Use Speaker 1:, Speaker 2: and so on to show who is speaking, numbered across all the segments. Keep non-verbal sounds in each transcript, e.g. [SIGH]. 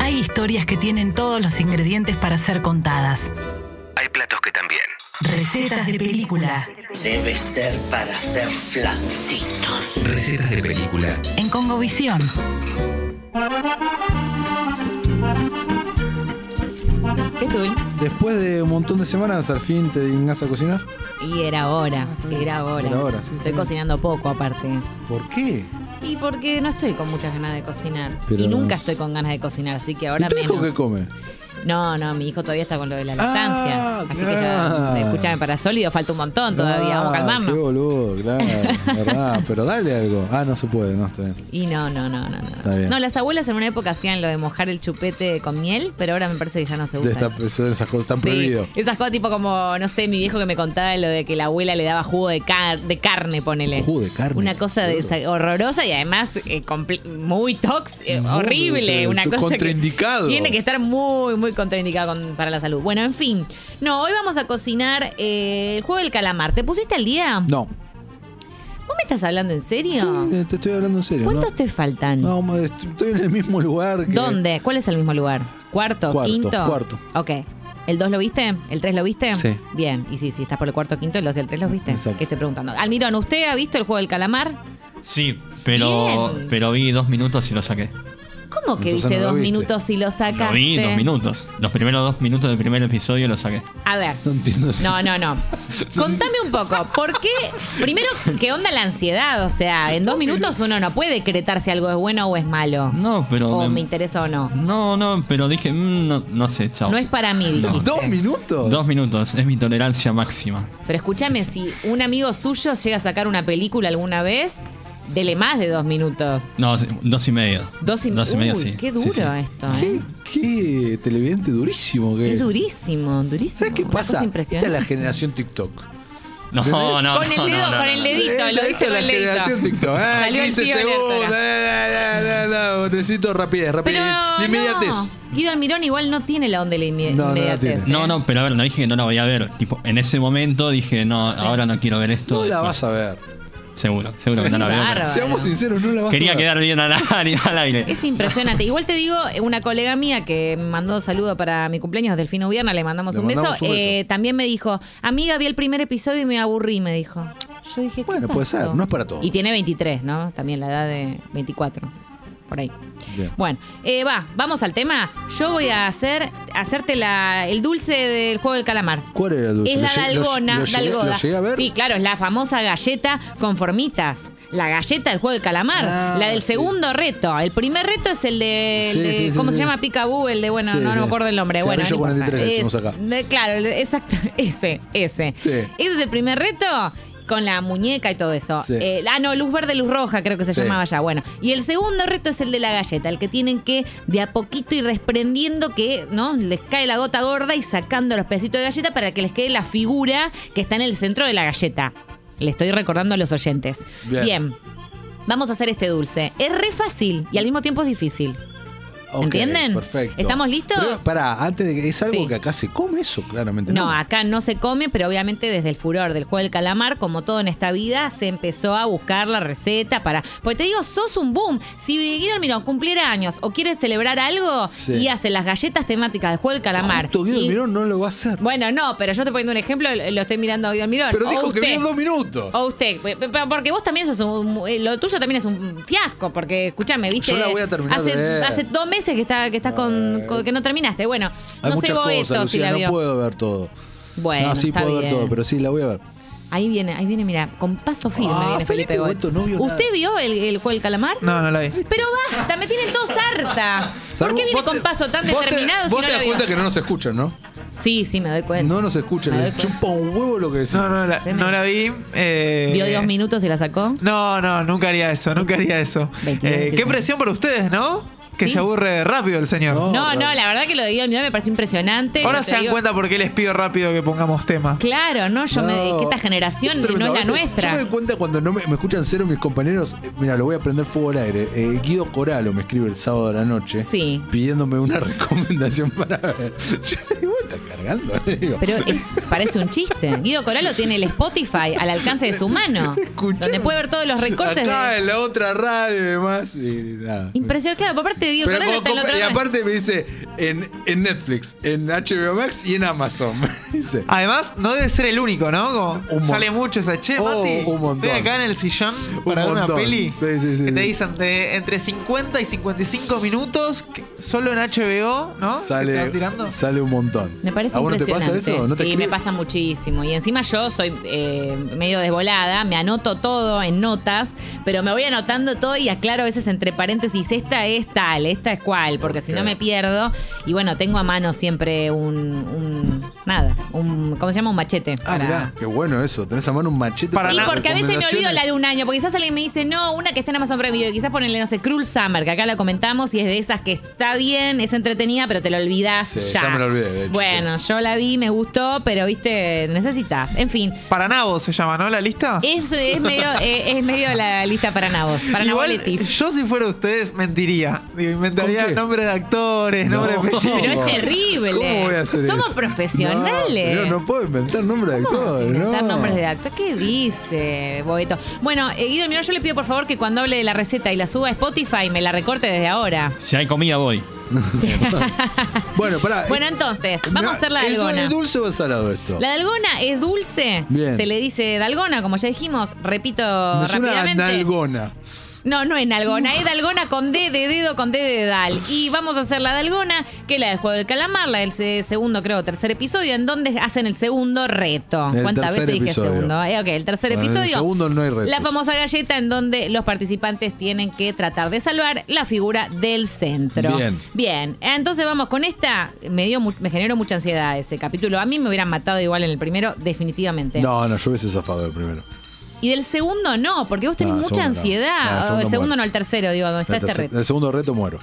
Speaker 1: Hay historias que tienen todos los ingredientes para ser contadas.
Speaker 2: Hay platos que también.
Speaker 1: Recetas de película.
Speaker 3: Debe ser para hacer flancitos.
Speaker 2: Recetas de película.
Speaker 1: En Congovisión.
Speaker 4: ¿Qué tú?
Speaker 5: Después de un montón de semanas, al fin te dignás a cocinar.
Speaker 4: Y era hora,
Speaker 5: Ah, está bien.
Speaker 4: era hora.
Speaker 5: Era hora, sí, está
Speaker 4: Estoy
Speaker 5: bien.
Speaker 4: cocinando poco aparte.
Speaker 5: ¿Por qué?
Speaker 4: Y porque no estoy con muchas ganas de cocinar.
Speaker 5: Pero-
Speaker 4: Y nunca estoy con ganas de cocinar, así que ahora
Speaker 5: ¿Y tu
Speaker 4: menos.
Speaker 5: hijo qué come?
Speaker 4: No, no, mi hijo todavía está con lo de la lactancia.
Speaker 5: Ah,
Speaker 4: así
Speaker 5: claro.
Speaker 4: que ya, escúchame, para sólido falta un montón todavía, vamos a
Speaker 5: Ah, Qué
Speaker 4: calmarnos.
Speaker 5: boludo,
Speaker 4: [LAUGHS]
Speaker 5: claro, verdad. Pero dale algo. Ah, no se puede, no, está bien.
Speaker 4: Y no, no, no, no,
Speaker 5: Está
Speaker 4: no.
Speaker 5: bien.
Speaker 4: No, las abuelas en una época hacían lo de mojar el chupete con miel, pero ahora me parece que ya no se usa.
Speaker 5: Está,
Speaker 4: eso.
Speaker 5: esas cosas están
Speaker 4: Sí,
Speaker 5: prohibido.
Speaker 4: Esas cosas tipo como, no sé, mi viejo que me contaba lo de que la abuela le daba jugo de, car- de carne, ponele.
Speaker 5: Jugo de carne.
Speaker 4: Una cosa de esa- horrorosa y además eh, comple- muy tóxica,
Speaker 5: Muy,
Speaker 4: horrible.
Speaker 5: eh,
Speaker 4: Una cosa que
Speaker 5: contraindicado.
Speaker 4: tiene que estar muy, muy contraindicado con- para la salud. Bueno, en fin. No, hoy vamos a cocinar eh, el juego del calamar. ¿Te pusiste al día?
Speaker 5: No.
Speaker 4: ¿Vos me estás hablando en serio?
Speaker 5: Sí, Te estoy hablando en serio.
Speaker 4: ¿Cuántos
Speaker 5: ¿no?
Speaker 4: te faltan?
Speaker 5: No, ma, estoy en el mismo lugar. Que...
Speaker 4: ¿Dónde? ¿Cuál es el mismo lugar? ¿Cuarto?
Speaker 5: Cuarto,
Speaker 4: ¿Quinto?
Speaker 5: cuarto.
Speaker 4: Ok. ¿El 2 lo viste? ¿El 3 lo viste?
Speaker 5: Sí.
Speaker 4: Bien. Y sí, sí, estás por el cuarto, quinto, el 2 y el 3 los viste.
Speaker 5: Exacto.
Speaker 4: ¿Qué estoy preguntando? Almirón, ¿usted ha visto el juego del calamar?
Speaker 6: Sí, pero,
Speaker 4: Bien.
Speaker 6: pero vi dos minutos y lo saqué.
Speaker 4: ¿Cómo que
Speaker 5: Entonces
Speaker 4: viste
Speaker 5: no lo
Speaker 4: dos
Speaker 5: viste.
Speaker 4: minutos y lo sacaste?
Speaker 6: Lo vi dos minutos. Los primeros dos minutos del primer episodio lo saqué.
Speaker 4: A ver.
Speaker 5: No entiendo eso.
Speaker 4: No, no, no. Contame un poco, ¿por qué? Primero, ¿qué onda la ansiedad? O sea, en dos minutos uno no puede decretar si algo es bueno o es malo.
Speaker 6: No, pero.
Speaker 4: O
Speaker 6: me-
Speaker 4: Oh, me interesa o no.
Speaker 6: No, no, pero dije, mm, no, no sé, chao.
Speaker 4: No es para mí, dijiste.
Speaker 5: ¿Dos minutos?
Speaker 6: Dos minutos, es mi tolerancia máxima.
Speaker 4: Pero escúchame, si un amigo suyo llega a sacar una película alguna vez, dele más de dos minutos.
Speaker 6: No, sí, dos y medio.
Speaker 4: Dos y,
Speaker 6: medio,
Speaker 4: Uy,
Speaker 6: sí.
Speaker 4: Qué
Speaker 6: Sí,
Speaker 4: duro
Speaker 6: sí.
Speaker 4: esto, ¿eh?
Speaker 5: ¿Qué, qué televidente durísimo que
Speaker 4: Es durísimo, durísimo.
Speaker 5: ¿Sabes qué
Speaker 4: Una
Speaker 5: pasa?
Speaker 4: cosa
Speaker 5: Esta es
Speaker 4: impresionante.
Speaker 5: la generación TikTok.
Speaker 6: No, no, no.
Speaker 4: Con el
Speaker 6: no,
Speaker 4: dedo,
Speaker 6: no,
Speaker 4: con
Speaker 6: no,
Speaker 4: el
Speaker 6: no.
Speaker 4: dedito,
Speaker 5: Eh,
Speaker 4: lo
Speaker 5: esta
Speaker 4: hice
Speaker 5: es
Speaker 4: con
Speaker 5: la
Speaker 4: el dedito.
Speaker 5: generación Tiktok. Ah,
Speaker 4: Salió el
Speaker 5: 15
Speaker 4: tío Lertora.
Speaker 5: segundos. Ah, no, no, no, Necesito rapidez, rapidez.
Speaker 4: Pero
Speaker 5: de inmediatez.
Speaker 4: no, Guido Almirón igual no tiene la onda de la inme-
Speaker 5: No, no la
Speaker 4: inmediatez.
Speaker 5: tiene.
Speaker 4: ¿eh?
Speaker 6: No, no, pero a ver, no dije que no la voy a ver. Tipo, en ese momento dije, no, ahora no quiero ver esto.
Speaker 5: No, la
Speaker 6: después-
Speaker 5: vas a ver.
Speaker 6: Seguro, seguro que no la
Speaker 4: Qué
Speaker 6: veo.
Speaker 4: bárbaro.
Speaker 5: Seamos sinceros, no la vas
Speaker 6: Quería
Speaker 5: a ver.
Speaker 6: quedar bien al, [LAUGHS] al aire.
Speaker 4: Es impresionante. Igual te digo, eh, una colega mía que me mandó saludo para mi cumpleaños, Delfino Ubierna, le mandamos,
Speaker 5: Le
Speaker 4: un, beso,
Speaker 5: mandamos un beso.
Speaker 4: eh, también me dijo, amiga, vi el primer episodio y me aburrí, me dijo. Yo dije, ¿qué
Speaker 5: Bueno, puede
Speaker 4: pasó?
Speaker 5: ser, no es para todos.
Speaker 4: Y tiene 23, ¿no? También la edad de 24, por ahí.
Speaker 5: Bien.
Speaker 4: Bueno, eh, va, vamos al tema. Yo voy a hacer hacerte la, el dulce del juego del calamar.
Speaker 5: ¿Cuál era el dulce?
Speaker 4: Es
Speaker 5: ¿Lo
Speaker 4: la
Speaker 5: llegué- lo-
Speaker 4: dalgona,
Speaker 5: lo llegué-
Speaker 4: dalgona.
Speaker 5: lo llegué a ver?
Speaker 4: Sí, claro, es la famosa galleta con formitas. La galleta del juego del calamar.
Speaker 5: Ah,
Speaker 4: la del
Speaker 5: sí.
Speaker 4: segundo reto. El primer reto es el de. el
Speaker 5: Sí,
Speaker 4: de-
Speaker 5: sí, sí,
Speaker 4: ¿Cómo
Speaker 5: sí.
Speaker 4: se llama? Picabú, el de. Bueno,
Speaker 5: Sí,
Speaker 4: no, no
Speaker 5: sí.
Speaker 4: me acuerdo el nombre. Bueno,
Speaker 5: Cigarrillo
Speaker 4: no importa.
Speaker 5: 43 le decimos
Speaker 4: Es-
Speaker 5: acá.
Speaker 4: de- claro, el- exacto. [LAUGHS] Ese, ese.
Speaker 5: Sí.
Speaker 4: Ese es el primer reto. Con la muñeca y todo eso.
Speaker 5: Sí.
Speaker 4: Eh, ah, no, luz verde, luz roja, creo que se
Speaker 5: Sí.
Speaker 4: llamaba ya. Bueno, y el segundo reto es el de la galleta, el que tienen que de a poquito ir desprendiendo que, ¿no? Les cae la gota gorda y sacando los pedacitos de galleta para que les quede la figura que está en el centro de la galleta. Le estoy recordando a los oyentes.
Speaker 5: Bien.
Speaker 4: Bien. Vamos a hacer este dulce. Es re fácil y al mismo tiempo es difícil.
Speaker 5: Ok,
Speaker 4: ¿Entienden?
Speaker 5: Perfecto.
Speaker 4: ¿Estamos listos?
Speaker 5: Pero, pará, antes de que. Es algo
Speaker 4: Sí.
Speaker 5: que acá se come eso, claramente.
Speaker 4: No,
Speaker 5: No,
Speaker 4: acá no se come, pero obviamente desde el furor del juego del calamar, como todo en esta vida, se empezó a buscar la receta para. Porque te digo, sos un boom. Si Guido Almirón cumpliera años o quiere celebrar algo
Speaker 5: Sí.
Speaker 4: y hace las galletas temáticas del juego del calamar.
Speaker 5: Justo Guido
Speaker 4: Y-
Speaker 5: Almirón no lo va a hacer.
Speaker 4: Bueno, no, pero yo te poniendo un ejemplo, lo estoy mirando a Guido Almirón.
Speaker 5: Pero
Speaker 4: O
Speaker 5: dijo que
Speaker 4: usted.
Speaker 5: vio dos minutos.
Speaker 4: O usted, pe- pe- porque vos también sos un. eh, Lo tuyo también es un fiasco, porque escúchame, viste.
Speaker 5: Yo la voy a terminar
Speaker 4: Hace,
Speaker 5: de ver.
Speaker 4: hace dos meses que, está, que estás con,
Speaker 5: Eh.
Speaker 4: con- que no terminaste. Bueno, no
Speaker 5: Hay
Speaker 4: sé
Speaker 5: muchas
Speaker 4: vos
Speaker 5: cosas,
Speaker 4: esto si
Speaker 5: Lucía,
Speaker 4: la
Speaker 5: no
Speaker 4: vio.
Speaker 5: puedo ver todo.
Speaker 4: Bueno,
Speaker 5: no, sí
Speaker 4: está
Speaker 5: puedo ver
Speaker 4: bien.
Speaker 5: todo, pero sí, la voy a ver.
Speaker 4: Ahí viene, ahí viene, mira, con paso firme
Speaker 5: Ah,
Speaker 4: viene Felipe,
Speaker 5: Felipe
Speaker 4: Goy.
Speaker 5: Goeto no vio nada.
Speaker 4: ¿Usted vio el, el juego del calamar?
Speaker 7: No, no la vi.
Speaker 4: Pero basta, me tienen todos harta. ¿Por qué viene
Speaker 5: Vos
Speaker 4: con
Speaker 5: te-
Speaker 4: paso tan
Speaker 5: vos te-
Speaker 4: determinado si
Speaker 5: Vos
Speaker 4: no
Speaker 5: te
Speaker 4: lo
Speaker 5: das
Speaker 4: vio?
Speaker 5: cuenta que no nos escuchan, ¿no?
Speaker 4: Sí, sí, me doy cuenta.
Speaker 5: No nos escuchan,
Speaker 4: Me doy
Speaker 5: les
Speaker 4: cuenta.
Speaker 5: chupa un huevo lo que decimos.
Speaker 7: No, no la, no la vi. eh,
Speaker 4: ¿Vio dos minutos y la sacó?
Speaker 7: No, no, nunca haría eso, nunca haría eso.
Speaker 4: 22,
Speaker 7: Eh,
Speaker 4: 23.
Speaker 7: qué presión por ustedes, ¿no? Que
Speaker 4: Sí.
Speaker 7: se aburre rápido el señor.
Speaker 5: No,
Speaker 4: No, no,
Speaker 5: claro.
Speaker 4: la verdad que lo de Guido Almirón me pareció impresionante.
Speaker 7: Ahora
Speaker 4: Yo te
Speaker 7: se dan
Speaker 4: digo-
Speaker 7: cuenta por qué les pido rápido que pongamos tema.
Speaker 4: Claro, no, yo me
Speaker 5: No.
Speaker 4: que esta generación
Speaker 5: Esto
Speaker 4: no
Speaker 5: tremendo.
Speaker 4: es la
Speaker 5: Este, Yo
Speaker 4: nuestra.
Speaker 5: me doy cuenta cuando no me, me escuchan cero mis compañeros. eh, mira, lo voy a prender fuego al aire. Eh, Guido Coralo me escribe el sábado de la noche
Speaker 4: Sí.
Speaker 5: [LAUGHS] pidiéndome una recomendación para ver. Yo digo, "What estás cargando? [LAUGHS] Le digo.
Speaker 4: Pero es- parece un chiste. Guido Coralo tiene el Spotify al alcance de su
Speaker 5: [LAUGHS]
Speaker 4: mano.
Speaker 5: Escuchá.
Speaker 4: Donde puede ver todos los recortes.
Speaker 5: Acá
Speaker 4: de-
Speaker 5: en la otra radio y demás. Y nada.
Speaker 4: Impresionante. Claro, aparte de Guido
Speaker 5: Pero
Speaker 4: Coralo
Speaker 5: como
Speaker 4: está en la
Speaker 5: compa-
Speaker 4: otra
Speaker 5: y
Speaker 4: radio.
Speaker 5: aparte me dice en, en Netflix, en HBO Max y en Amazon. [LAUGHS] Me dice.
Speaker 7: Además, no debe ser el único, ¿no? Como
Speaker 5: mon-
Speaker 7: sale mucho esa che,
Speaker 5: Oh,
Speaker 7: Mati.
Speaker 5: un montón.
Speaker 7: Estoy acá en el sillón para ver una
Speaker 5: montón.
Speaker 7: peli.
Speaker 5: Sí, sí, sí,
Speaker 7: que te
Speaker 5: sí.
Speaker 7: dicen de entre 50 y 55 minutos, que- solo en HBO, ¿no? Que te
Speaker 5: sale,
Speaker 7: vas tirando.
Speaker 5: sale un montón.
Speaker 4: Me parece
Speaker 5: ¿A vos no Ah, te
Speaker 4: impresionante.
Speaker 5: pasa eso? ¿No te
Speaker 4: sí,
Speaker 5: escribe?
Speaker 4: me pasa muchísimo. Y encima yo soy eh, medio desvolada, me anoto todo en notas, pero me voy anotando todo y aclaro a veces entre paréntesis, esta es tal, esta es cual, porque si no
Speaker 5: Ok.
Speaker 4: me pierdo. Y bueno, tengo a mano siempre un, un- nada, un ¿cómo se llama? un machete.
Speaker 5: Ah, mirá, qué bueno eso. Tenés a mano un machete.
Speaker 7: Para
Speaker 4: Y
Speaker 7: nada.
Speaker 4: porque a veces me olvido
Speaker 5: recomendaciones.
Speaker 4: [LAUGHS] la de un año, porque quizás alguien me dice, no, una que está en Amazon Prime Video, y quizás ponele, no sé, Cruel Summer, que acá la comentamos y es de esas que está bien, es entretenida, pero te la olvidás
Speaker 5: Sí,
Speaker 4: ya.
Speaker 5: ya me la olvidé, de hecho,
Speaker 4: bueno, yo la vi, me gustó, pero viste, necesitas. En fin,
Speaker 7: Paranabo se llama, ¿no? La lista.
Speaker 4: eso es medio,
Speaker 5: [LAUGHS]
Speaker 4: eh, es medio la lista para nabos, para nabolitis.
Speaker 7: yo si fuera ustedes, mentiría. Digo,
Speaker 5: ¿Con
Speaker 7: inventaría
Speaker 5: qué?
Speaker 7: nombres de actores,
Speaker 5: No.
Speaker 7: nombres de
Speaker 5: [LAUGHS] Pero
Speaker 4: Pero
Speaker 7: apellidos.
Speaker 4: es terrible.
Speaker 5: ¿Cómo voy a hacer
Speaker 4: Somos
Speaker 5: eso?
Speaker 4: profesionales.
Speaker 5: No, señor, no puedo inventar nombres de
Speaker 4: ¿Cómo vas a
Speaker 5: actores,
Speaker 4: inventar
Speaker 5: ¿no?
Speaker 4: nombres de acto? ¿Qué dice Boeto? Bueno, eh, Guido Miró, yo le pido por favor que cuando hable de la receta y la suba a Spotify me la recorte desde ahora.
Speaker 6: Si hay comida, voy.
Speaker 5: Bueno, pará.
Speaker 4: Bueno,
Speaker 5: eh,
Speaker 4: entonces, vamos a hacer la
Speaker 5: ¿es
Speaker 4: dalgona.
Speaker 5: dulce o es salado esto?
Speaker 4: La dalgona es dulce,
Speaker 5: Bien.
Speaker 4: se le dice dalgona, como ya dijimos, repito
Speaker 5: Me suena a
Speaker 4: rápidamente.
Speaker 5: nalgona.
Speaker 4: No, no es nalgona, es dalgona con D de dedo, con D de dal. Y vamos a hacer la dalgona, que es la del juego del calamar, la del se- segundo, creo, tercer episodio, en donde hacen el segundo reto.
Speaker 5: El
Speaker 4: ¿Cuántas
Speaker 5: tercer
Speaker 4: veces dije
Speaker 5: episodio.
Speaker 4: segundo? Eh, ok, el tercer
Speaker 5: Bueno, en el
Speaker 4: episodio.
Speaker 5: segundo no hay retos.
Speaker 4: La famosa galleta en donde los participantes tienen que tratar de salvar la figura del centro.
Speaker 5: Bien.
Speaker 4: Bien, entonces vamos con esta. Me, dio, mu- me generó mucha ansiedad ese capítulo. A mí me hubieran matado igual en el primero, definitivamente.
Speaker 5: No, no, yo hubiese zafado el primero.
Speaker 4: Y del segundo no, porque vos tenés
Speaker 5: No, el
Speaker 4: mucha
Speaker 5: segundo no. No,
Speaker 4: ansiedad.
Speaker 5: el
Speaker 4: O el
Speaker 5: segundo
Speaker 4: segundo
Speaker 5: muero.
Speaker 4: no, el tercero, digo, donde está
Speaker 5: El
Speaker 4: este
Speaker 5: tercer-
Speaker 4: reto.
Speaker 5: el segundo reto muero.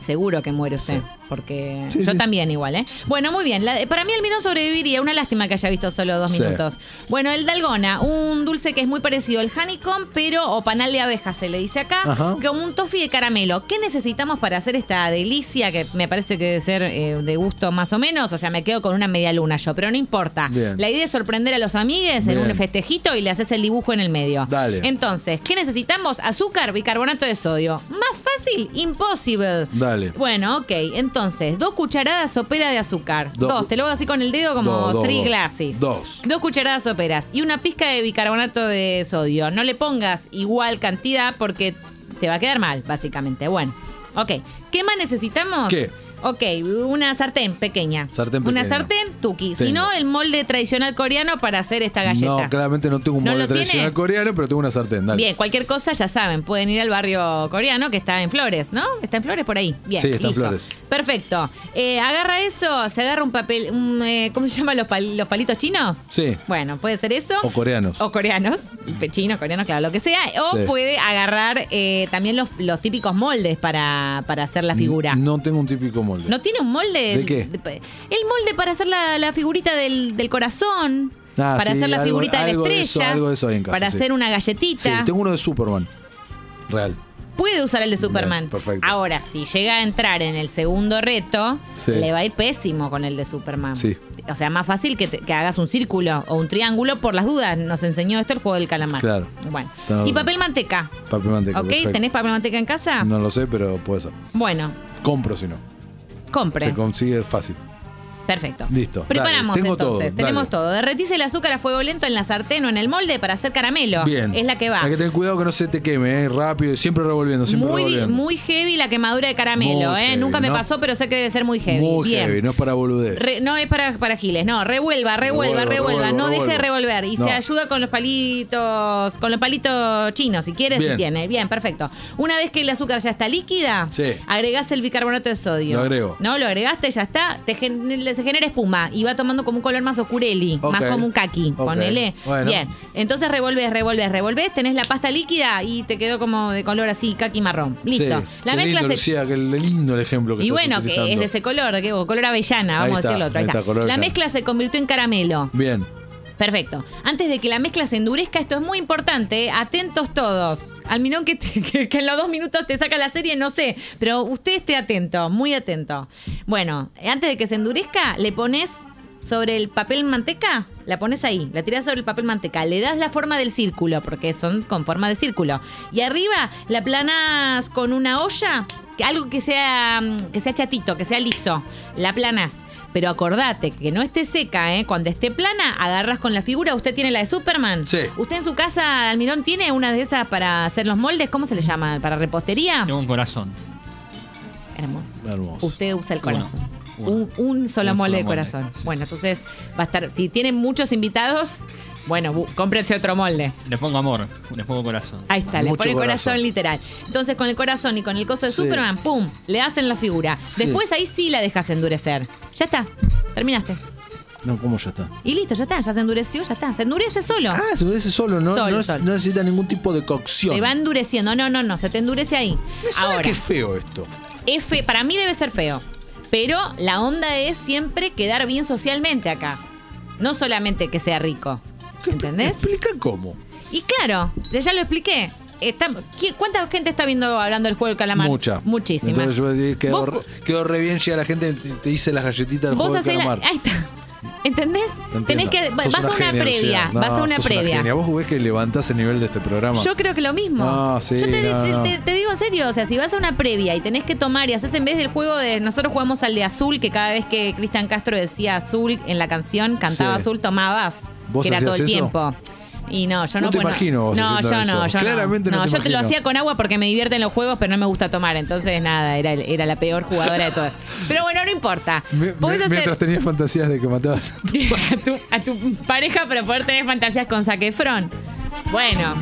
Speaker 4: Seguro que muere usted, porque
Speaker 5: Sí,
Speaker 4: yo
Speaker 5: sí.
Speaker 4: también igual, ¿eh? Bueno, muy bien. La- para mí el Miró sobreviviría. Una lástima que haya visto solo dos
Speaker 5: Sí.
Speaker 4: minutos. Bueno, el Dalgona, un dulce que es muy parecido al honeycomb, pero o panal de abejas se le dice acá,
Speaker 5: Ajá.
Speaker 4: como un toffee de caramelo. ¿Qué necesitamos para hacer esta delicia que me parece que debe ser eh, de gusto más o menos? O sea, me quedo con una media luna yo, pero no importa.
Speaker 5: Bien.
Speaker 4: La idea es sorprender a los amigues en
Speaker 5: Bien.
Speaker 4: un festejito y le haces el dibujo en el medio.
Speaker 5: Dale.
Speaker 4: Entonces, ¿qué necesitamos? Azúcar, bicarbonato de sodio. Más fácil, imposible.
Speaker 5: Dale.
Speaker 4: Bueno, ok. Entonces, dos cucharadas sopera de azúcar.
Speaker 5: Dos.
Speaker 4: dos. Te lo hago así con el dedo como
Speaker 5: Dos, dos,
Speaker 4: three
Speaker 5: dos.
Speaker 4: glasses.
Speaker 5: Dos.
Speaker 4: Dos cucharadas soperas y una pizca de bicarbonato de sodio. No le pongas igual cantidad porque te va a quedar mal, básicamente. Bueno, ok. ¿Qué más necesitamos?
Speaker 5: ¿Qué?
Speaker 4: Ok, una sartén pequeña.
Speaker 5: Sartén
Speaker 4: Una
Speaker 5: pequeña.
Speaker 4: sartén, tuki. Si
Speaker 5: Tengo.
Speaker 4: no, el molde tradicional coreano para hacer esta galleta.
Speaker 5: No, claramente no tengo un
Speaker 4: ¿No
Speaker 5: molde
Speaker 4: lo tiene?
Speaker 5: tradicional coreano, pero tengo una sartén. Dale.
Speaker 4: Bien, cualquier cosa ya saben, pueden ir al barrio coreano que está en Flores, ¿no? Está en Flores por ahí. Bien,
Speaker 5: Sí, está en
Speaker 4: listo.
Speaker 5: Flores.
Speaker 4: Perfecto. Eh, agarra eso, se agarra un papel, un, eh, ¿cómo se llaman los, pal- los palitos chinos?
Speaker 5: Sí.
Speaker 4: Bueno, puede ser eso.
Speaker 5: O coreanos.
Speaker 4: O coreanos, pe- chinos, coreanos, claro, lo que sea. O
Speaker 5: Sí.
Speaker 4: puede agarrar eh, también los, los típicos moldes para, para hacer la figura.
Speaker 5: No tengo un típico molde.
Speaker 4: ¿No tiene un molde?
Speaker 5: ¿De qué?
Speaker 4: el molde para hacer la, la figurita del, del corazón.
Speaker 5: Ah,
Speaker 4: para
Speaker 5: sí,
Speaker 4: hacer la
Speaker 5: algo-
Speaker 4: figurita
Speaker 5: algo
Speaker 4: de la
Speaker 5: de eso,
Speaker 4: estrella.
Speaker 5: algo de eso hay en casa,
Speaker 4: para
Speaker 5: sí.
Speaker 4: hacer una
Speaker 5: Sí,
Speaker 4: galletita.
Speaker 5: tengo uno de Superman. Real.
Speaker 4: Puede usar el de Superman.
Speaker 5: Bien, perfecto.
Speaker 4: Ahora, si llega a entrar en el segundo reto,
Speaker 5: Sí.
Speaker 4: le va a ir pésimo con el de Superman.
Speaker 5: Sí.
Speaker 4: O sea, más fácil que, te- que hagas un círculo o un triángulo por las dudas. Nos enseñó esto el juego del calamar.
Speaker 5: Claro.
Speaker 4: Bueno.
Speaker 5: Tenés
Speaker 4: Y
Speaker 5: razón.
Speaker 4: papel manteca.
Speaker 5: Papel manteca.
Speaker 4: ¿Ok?
Speaker 5: perfecto.
Speaker 4: ¿Tenés papel manteca en casa?
Speaker 5: No lo sé, pero puede ser.
Speaker 4: Bueno,
Speaker 5: Compro si no.
Speaker 4: compre.
Speaker 5: Se consigue fácil.
Speaker 4: Perfecto.
Speaker 5: Listo, dale,
Speaker 4: Preparamos
Speaker 5: tengo todo,
Speaker 4: entonces.
Speaker 5: dale.
Speaker 4: Tenemos todo. Derretís el azúcar a fuego lento en la sartén o en el molde para hacer caramelo.
Speaker 5: Bien.
Speaker 4: Es la que va.
Speaker 5: Hay que tener cuidado que no se te queme, ¿eh? rápido, y siempre revolviendo, siempre
Speaker 4: muy,
Speaker 5: revolviendo.
Speaker 4: muy heavy la quemadura de caramelo,
Speaker 5: Muy
Speaker 4: ¿eh?
Speaker 5: heavy,
Speaker 4: Nunca me
Speaker 5: ¿no?
Speaker 4: pasó, pero sé que debe ser muy heavy.
Speaker 5: Muy
Speaker 4: Bien.
Speaker 5: heavy, no es para boludez.
Speaker 4: Re- no es para, para giles, no, revuelva, revuelva,
Speaker 5: Revuelvo,
Speaker 4: revuelva,
Speaker 5: revuelvo,
Speaker 4: no deje de
Speaker 5: revuelvo.
Speaker 4: revolver. Y
Speaker 5: No.
Speaker 4: se ayuda con los palitos, con los palitos chinos, si quieres, si
Speaker 5: Bien.
Speaker 4: tiene. Bien, perfecto. Una vez que el azúcar ya está líquida,
Speaker 5: Sí.
Speaker 4: agregás el bicarbonato de sodio.
Speaker 5: Lo agrego.
Speaker 4: No, lo agregaste, ya está, te gen- se genera espuma y va tomando como un color más oscureli,
Speaker 5: Ok.
Speaker 4: más como un kaki,
Speaker 5: Ok.
Speaker 4: ponele.
Speaker 5: Bueno.
Speaker 4: Bien, entonces revuelves, revuelves, revuelves, tenés la pasta líquida y te quedó como de color así, kaki marrón.
Speaker 5: Sí,
Speaker 4: Listo. la
Speaker 5: qué
Speaker 4: mezcla
Speaker 5: lindo,
Speaker 4: se
Speaker 5: Lucía, qué lindo el ejemplo que
Speaker 4: y
Speaker 5: estás
Speaker 4: bueno, que es
Speaker 5: utilizando.
Speaker 4: de ese color, que, o color avellana,
Speaker 5: Ahí
Speaker 4: vamos
Speaker 5: está,
Speaker 4: a decirlo otro.
Speaker 5: ahí
Speaker 4: ahí
Speaker 5: está,
Speaker 4: está.
Speaker 5: color
Speaker 4: la
Speaker 5: avellana.
Speaker 4: mezcla se convirtió en caramelo.
Speaker 5: Bien.
Speaker 4: Perfecto. Antes de que la mezcla se endurezca, esto es muy importante. ¿eh? Atentos todos. Almirón que, te- [LAUGHS] que- que en los dos minutos te saca la serie, no sé. Pero usted esté atento, muy atento. Bueno, antes de que se endurezca, le pones sobre el papel manteca, la pones ahí, la tirás sobre el papel manteca, le das la forma del círculo, porque son con forma de círculo. Y arriba la planas con una olla, que- algo que sea, mm, que sea chatito, que sea liso. La planas. Pero acordate que no esté seca, ¿eh? Cuando esté plana, agarras con la figura. Usted tiene la de Superman.
Speaker 5: Sí.
Speaker 4: ¿Usted en su casa, Almirón, tiene una de esas para hacer los moldes? ¿Cómo se le llama? ¿Para repostería?
Speaker 6: Tengo un corazón.
Speaker 4: Hermoso.
Speaker 5: Hermoso.
Speaker 4: Usted usa el
Speaker 6: Uno.
Speaker 4: corazón.
Speaker 6: Uno.
Speaker 4: Un, un solo
Speaker 6: Un solo
Speaker 4: molde de
Speaker 6: molde.
Speaker 4: corazón.
Speaker 6: Sí,
Speaker 4: bueno,
Speaker 6: sí.
Speaker 4: entonces va a estar. Si tienen muchos invitados, bueno, bu- cómprense otro molde.
Speaker 6: Le pongo amor, le pongo corazón.
Speaker 4: Ahí está, le
Speaker 5: Mucho
Speaker 4: pone el corazón.
Speaker 5: corazón.
Speaker 4: literal. Entonces con el corazón y con el coso de
Speaker 5: Sí.
Speaker 4: Superman, ¡pum! Le hacen la figura.
Speaker 5: Sí.
Speaker 4: Después ahí sí la dejas endurecer. Ya está, terminaste.
Speaker 5: No, ¿cómo ya está?
Speaker 4: Y listo, ya está, ya se endureció, ya está. Se endurece solo.
Speaker 5: Ah, se endurece solo, ¿no?
Speaker 4: Solo,
Speaker 5: no, es-
Speaker 4: solo.
Speaker 5: no necesita ningún tipo de cocción.
Speaker 4: se va endureciendo. No, no, no, se te endurece ahí.
Speaker 5: Me suena
Speaker 4: Ahora,
Speaker 5: que es feo esto.
Speaker 4: es fe- para mí debe ser feo. Pero la onda es siempre quedar bien socialmente acá. No solamente que sea rico. ¿Entendés?
Speaker 5: Explica cómo.
Speaker 4: Y claro, ya ya lo expliqué. Está- ¿qui- ¿Cuánta gente está viendo hablando del juego del calamar?
Speaker 5: Mucha.
Speaker 4: Muchísima.
Speaker 5: Entonces yo voy a decir, quedó,
Speaker 4: Vos-
Speaker 5: re, quedó re bien, llega la gente, te, te hice las galletitas del
Speaker 4: Vos
Speaker 5: juego del
Speaker 4: hacés la-
Speaker 5: calamar.
Speaker 4: Ahí está. ¿Entendés?
Speaker 5: Entiendo.
Speaker 4: Tenés que.
Speaker 5: Sos
Speaker 4: vas a una
Speaker 5: genia,
Speaker 4: previa.
Speaker 5: Lucía. No,
Speaker 4: vas a una
Speaker 5: sos
Speaker 4: previa.
Speaker 5: genia. Vos ves que levantás el nivel de este programa.
Speaker 4: Yo creo que lo mismo.
Speaker 5: No, sí,
Speaker 4: Yo te,
Speaker 5: no,
Speaker 4: te-
Speaker 5: no.
Speaker 4: te- te digo en serio, o sea, si vas a una previa y tenés que tomar y haces en vez del juego de. Nosotros jugamos al de azul, que cada vez que Cristian Castro decía azul en la canción, cantaba
Speaker 5: Sí.
Speaker 4: azul, tomabas.
Speaker 5: ¿Vos
Speaker 4: que era todo
Speaker 5: hacías
Speaker 4: el
Speaker 5: eso?
Speaker 4: tiempo. Y no, yo no,
Speaker 5: No te
Speaker 4: bueno,
Speaker 5: imagino vos
Speaker 4: No,
Speaker 5: haciendo
Speaker 4: yo no,
Speaker 5: eso.
Speaker 4: yo
Speaker 5: Claramente no te
Speaker 4: yo te lo
Speaker 5: imagino.
Speaker 4: hacía con agua porque me divierten los juegos, pero no me gusta tomar. Entonces, nada, era, era la peor jugadora de todas. Pero bueno, no importa.
Speaker 5: [LAUGHS] Me- me-
Speaker 4: Podés hacer-
Speaker 5: Mientras tenías fantasías de que matabas a tu-
Speaker 4: a, tu, a tu pareja, pero poder tener fantasías con saquefrón. Bueno,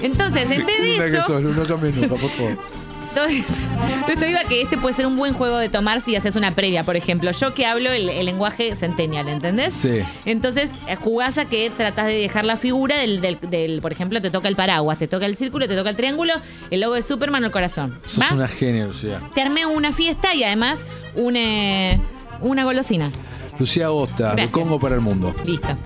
Speaker 4: entonces, [LAUGHS] en vez
Speaker 5: Linda
Speaker 4: de
Speaker 5: que
Speaker 4: [LAUGHS] eso,
Speaker 5: sos, Lu, no cambies nunca, por favor.
Speaker 4: entonces, entonces te digo que este puede ser un buen juego de tomar si haces una previa, por ejemplo. Yo que hablo el, el lenguaje centennial, ¿entendés?
Speaker 5: Sí.
Speaker 4: Entonces, eh, jugás a que tratás de dejar la figura del, del- del- por ejemplo, te toca el paraguas, te toca el círculo, te toca el triángulo, el logo de Superman o el corazón.
Speaker 5: Sos
Speaker 4: ¿Va?
Speaker 5: una genia, Lucía.
Speaker 4: Te armé una fiesta y además un, eh, una golosina.
Speaker 5: Lucía Agosta, de
Speaker 4: Gracias.
Speaker 5: Congo para el Mundo.
Speaker 4: Listo.